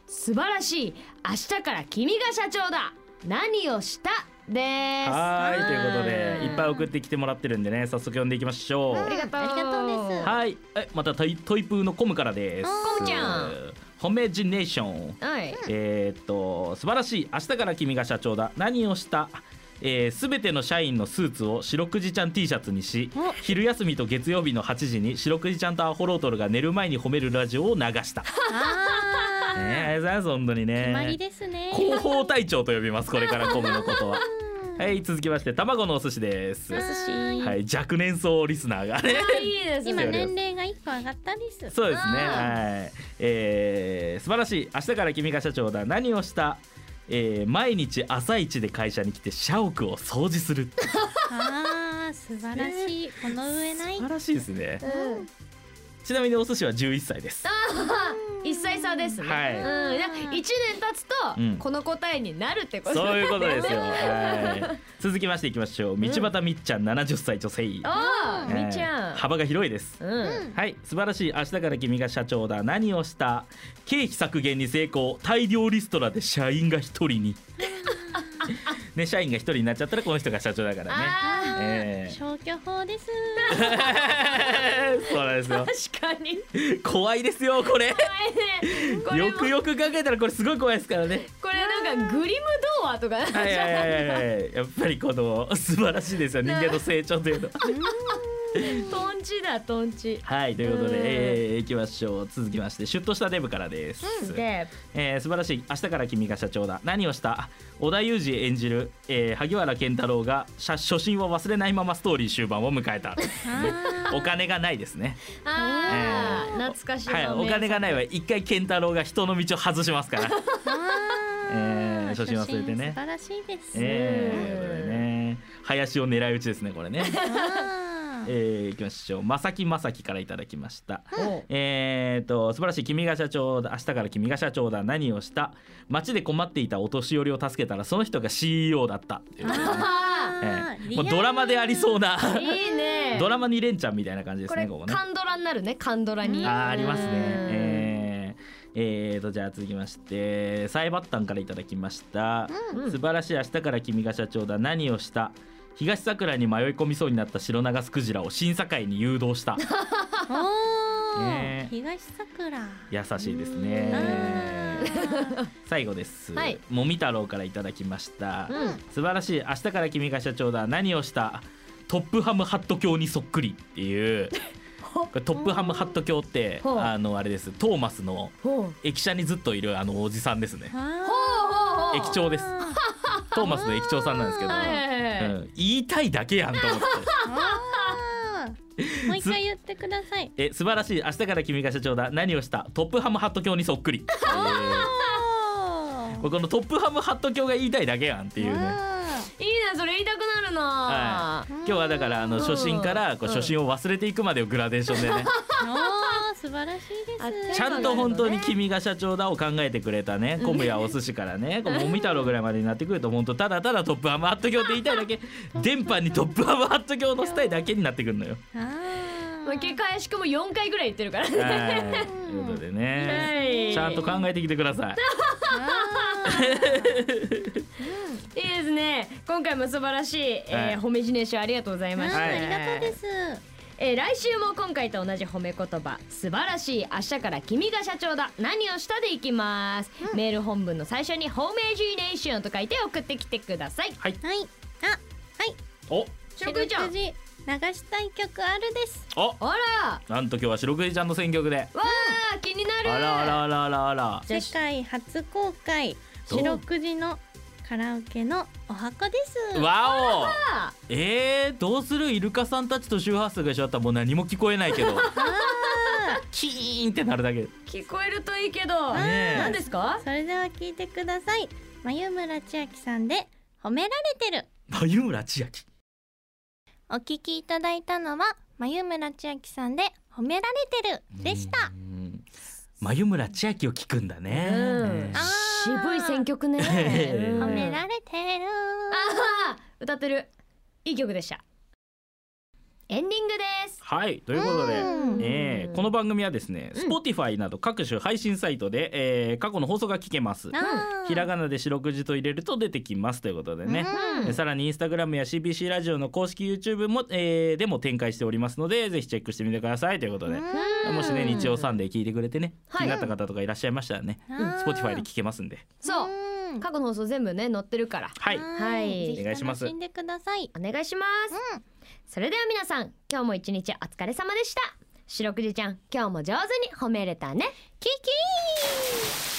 [SPEAKER 3] 素晴らしい明日から君が社長だ何をしたです
[SPEAKER 2] はいということでいっぱい送
[SPEAKER 3] っ
[SPEAKER 2] ってきてもらってるんでね早速読んでいきましょう、
[SPEAKER 1] ありがとう。ありがとうです。
[SPEAKER 2] はい、えまたトイトイプーのコムからです。
[SPEAKER 1] コ
[SPEAKER 3] ムちゃん
[SPEAKER 2] ホメジネーション。
[SPEAKER 3] はい
[SPEAKER 2] えーっと素晴らしい明日から君が社長だ何をしたえーすべ、ての社員のスーツを白くじちゃん T シャツにし
[SPEAKER 1] お
[SPEAKER 2] 昼休みと月曜日の8時に白くじちゃんとアホロートルが寝る前に褒めるラジオを流 した、ね
[SPEAKER 1] あ
[SPEAKER 2] え、
[SPEAKER 1] ー
[SPEAKER 2] ありがとうございます本当に
[SPEAKER 1] 決まり
[SPEAKER 2] ね
[SPEAKER 1] ですね。
[SPEAKER 2] 広報隊長と呼びますこれからコムのこと ははい続きまして卵のお寿司です
[SPEAKER 1] お寿司
[SPEAKER 2] はい若年層リスナーがね
[SPEAKER 3] いいですね
[SPEAKER 1] 今年齢が一個上がったです。
[SPEAKER 2] そう
[SPEAKER 3] うん
[SPEAKER 2] ですね。はい、えー素晴らしい。明日から君が社長だ。何をした？えー毎日朝一で会社に来て社屋を掃除する。
[SPEAKER 1] ああ、素晴らしい。この上ない
[SPEAKER 2] 素。晴らしいですね。
[SPEAKER 3] うん
[SPEAKER 2] ちなみにお寿司は11歳 です。
[SPEAKER 3] 一歳差ですね。
[SPEAKER 2] はい
[SPEAKER 3] うん、じゃあ一年経つと、
[SPEAKER 2] うん
[SPEAKER 3] この答えになるってこと。
[SPEAKER 2] そういうことです よ。はい。続きましていきましょう。道端みっちゃん70歳女性。
[SPEAKER 3] ああ、
[SPEAKER 2] えー
[SPEAKER 3] みっちゃん。
[SPEAKER 2] 幅が広いです。
[SPEAKER 3] うん。
[SPEAKER 2] はい素晴らしい明日から君が社長だ何をした経費削減に成功大量リストラで社員が一 人にね社員が一人になっちゃったらこの人が社長だからね
[SPEAKER 3] あ
[SPEAKER 2] ええ
[SPEAKER 1] 消去法です。
[SPEAKER 2] ですよ
[SPEAKER 3] 確かに
[SPEAKER 2] 怖いですよこれ
[SPEAKER 3] これ
[SPEAKER 2] よ
[SPEAKER 3] も
[SPEAKER 2] くよく考えたらこれすごい怖いですからね
[SPEAKER 3] これなんかグリム童話とか
[SPEAKER 2] はいはいはいはいはいやっぱりこの素晴らしいですよ人間の成長というのは
[SPEAKER 3] トンチだトンチ
[SPEAKER 2] はいということ
[SPEAKER 3] うん
[SPEAKER 2] で、えー、いきましょう続きましてシュッとしたデブからです、
[SPEAKER 3] で
[SPEAKER 2] えー素晴らしい明日から君が社長だ何をした織田裕二演じる、えー萩原健太郎が初初心を忘れないままストーリー終盤を迎え たお金がないですね
[SPEAKER 3] あ
[SPEAKER 2] え
[SPEAKER 3] ー
[SPEAKER 2] ー
[SPEAKER 3] 懐かしい
[SPEAKER 2] はいお金がないは一回健太郎が人の道を外しますから、えー初心忘れてね
[SPEAKER 1] 素晴らしいです。
[SPEAKER 2] えーということでね林を狙い撃ちですねこ れね
[SPEAKER 1] あー
[SPEAKER 2] えー、いきましょう正木正樹からいただきました
[SPEAKER 3] お
[SPEAKER 2] えー、と素晴らしい君が社長だ明日から君が社長だ何をした街で困っていたお年寄りを助けたらその人が CEO だったっていうね
[SPEAKER 3] あ
[SPEAKER 1] あ
[SPEAKER 2] え
[SPEAKER 1] ー
[SPEAKER 2] えもうドラマでありそうな
[SPEAKER 3] ーいいね
[SPEAKER 2] ドラマにレンちゃんみたいな感じで
[SPEAKER 3] こ
[SPEAKER 2] す
[SPEAKER 3] れ
[SPEAKER 2] ねここね
[SPEAKER 3] カンドラになるねカンドラに
[SPEAKER 2] あーありますね
[SPEAKER 3] うん
[SPEAKER 2] えーえーとじゃあ続きましてサイバッタンからいただきました、
[SPEAKER 3] うん
[SPEAKER 2] 素晴らしい明日から君が社長だ何をした東桜に迷い込みそうになった白長スクジラを新境に誘導した
[SPEAKER 1] お
[SPEAKER 2] ね
[SPEAKER 1] ー東桜。
[SPEAKER 2] 優しいです
[SPEAKER 1] あ
[SPEAKER 2] ね
[SPEAKER 1] ー
[SPEAKER 2] 最後です、
[SPEAKER 3] はい
[SPEAKER 2] もみ太郎からいただきました、
[SPEAKER 3] うん
[SPEAKER 2] 素晴らしい明日から君が社長だ何をしたトップハムハット教にそっくりっ ていうこれトップハムハット教って
[SPEAKER 3] ほう
[SPEAKER 2] あのあれですトーマスの
[SPEAKER 3] ほうほう
[SPEAKER 2] 駅舎にずっといるあのおじさんですね
[SPEAKER 3] ほうほう
[SPEAKER 2] 駅 長です
[SPEAKER 1] あ
[SPEAKER 2] トーマスの駅長さんなんですけど、
[SPEAKER 3] はいはいはい
[SPEAKER 2] うん、言いたいだけやんと思って。
[SPEAKER 1] あーもう一回言ってください。
[SPEAKER 2] え素晴らしい明日から君が社長だ何をしたトップハムハット教にそっくり、 えー
[SPEAKER 1] おー
[SPEAKER 2] このトップハムハット教が言いたいだけやんっていうね
[SPEAKER 1] あー
[SPEAKER 3] いいなそれ言いたくなる
[SPEAKER 2] は、
[SPEAKER 3] ない
[SPEAKER 2] 今日はだからあの
[SPEAKER 3] うん
[SPEAKER 2] 初心からこう
[SPEAKER 3] うん
[SPEAKER 2] 初心を忘れていくまでをグラデーションでね
[SPEAKER 1] おー素晴らしい
[SPEAKER 3] あ
[SPEAKER 1] です。
[SPEAKER 2] ちゃんと本当に「君が社長だ」を考えてくれたね昆布やお寿司からねこうもみ太郎ぐらいまでになってくると本当ただただトップハムハット教って言いた いだけ電波にトップハムハット教のスタイだけになってくるのよ。
[SPEAKER 1] あー
[SPEAKER 3] まあ結果林くんも四回ぐらい言ってるからね
[SPEAKER 2] はいということで
[SPEAKER 3] は
[SPEAKER 2] ね
[SPEAKER 3] い
[SPEAKER 2] ちゃんと考えてきてください。
[SPEAKER 1] あー
[SPEAKER 3] いいですね今回も素晴らしい、えー
[SPEAKER 2] はい
[SPEAKER 3] 褒めジネーションありがとうございました、
[SPEAKER 2] はい
[SPEAKER 1] ありがとうです。
[SPEAKER 3] えー来週も今回と同じ褒め言葉素晴らしい明日から君が社長だ何をしたでいきます、メール本文の最初に褒めジネーションと書いて送ってきてください
[SPEAKER 1] はい。あ、はい。
[SPEAKER 2] お
[SPEAKER 3] 食事
[SPEAKER 1] 食事流したい曲あるです。
[SPEAKER 2] お
[SPEAKER 3] あら
[SPEAKER 2] なんと今日は白くじちゃんの選曲で。
[SPEAKER 3] わあ、気にな
[SPEAKER 2] あ
[SPEAKER 3] る
[SPEAKER 2] らあらあらあらあら。
[SPEAKER 1] 世界初公開
[SPEAKER 2] どう
[SPEAKER 1] 白くじのカラオケのお箱です。
[SPEAKER 2] わお。
[SPEAKER 3] あ
[SPEAKER 2] えー、どうするイルカさんたちと周波数が一緒だったらもう何も聞こえないけど
[SPEAKER 1] あ
[SPEAKER 2] キーンってなるだけね
[SPEAKER 3] 聞こえるといいけど、
[SPEAKER 2] え
[SPEAKER 3] 何ですか
[SPEAKER 1] ーそれでは聞いてください。眉村千秋さんで褒められてる。
[SPEAKER 2] 眉村千秋
[SPEAKER 1] お聞きいただいたのは眉村千秋さんで褒められてるでした。
[SPEAKER 2] うん眉村千秋を聞くんだね、
[SPEAKER 3] うん
[SPEAKER 2] ね
[SPEAKER 1] あー
[SPEAKER 3] 渋い選曲ね
[SPEAKER 2] うん
[SPEAKER 1] 褒
[SPEAKER 3] うん
[SPEAKER 1] められてる。
[SPEAKER 3] あー歌ってるいい曲でしたエンディングです
[SPEAKER 2] はいということで、
[SPEAKER 1] うん
[SPEAKER 2] えーこの番組はですね、Spotify など各種配信サイトで、えー過去の放送が聞けます
[SPEAKER 1] あー
[SPEAKER 2] ひらがなで四六時と入れると出てきますということでね、
[SPEAKER 3] うん
[SPEAKER 2] えさらにインスタグラムや CBC ラジオの公式 YouTube も、えーでも展開しておりますのでぜひチェックしてみてくださいということで、
[SPEAKER 3] うん
[SPEAKER 2] もしね日曜サンデー聞いてくれてね、
[SPEAKER 3] はい
[SPEAKER 2] 気になった方とかいらっしゃいましたらね、
[SPEAKER 1] うん
[SPEAKER 2] Spotify で聞けますんで、
[SPEAKER 3] そう
[SPEAKER 1] うん
[SPEAKER 3] 過去の放送全部ね載ってるから
[SPEAKER 2] はい、
[SPEAKER 3] は
[SPEAKER 1] ぜ
[SPEAKER 3] い
[SPEAKER 1] ひ
[SPEAKER 2] お願いします
[SPEAKER 1] 楽しんでください。
[SPEAKER 3] お願いします、
[SPEAKER 1] うん
[SPEAKER 3] それでは皆さん今日も一日お疲れ様でした白くじちゃん今日も上手に褒めれたねキキー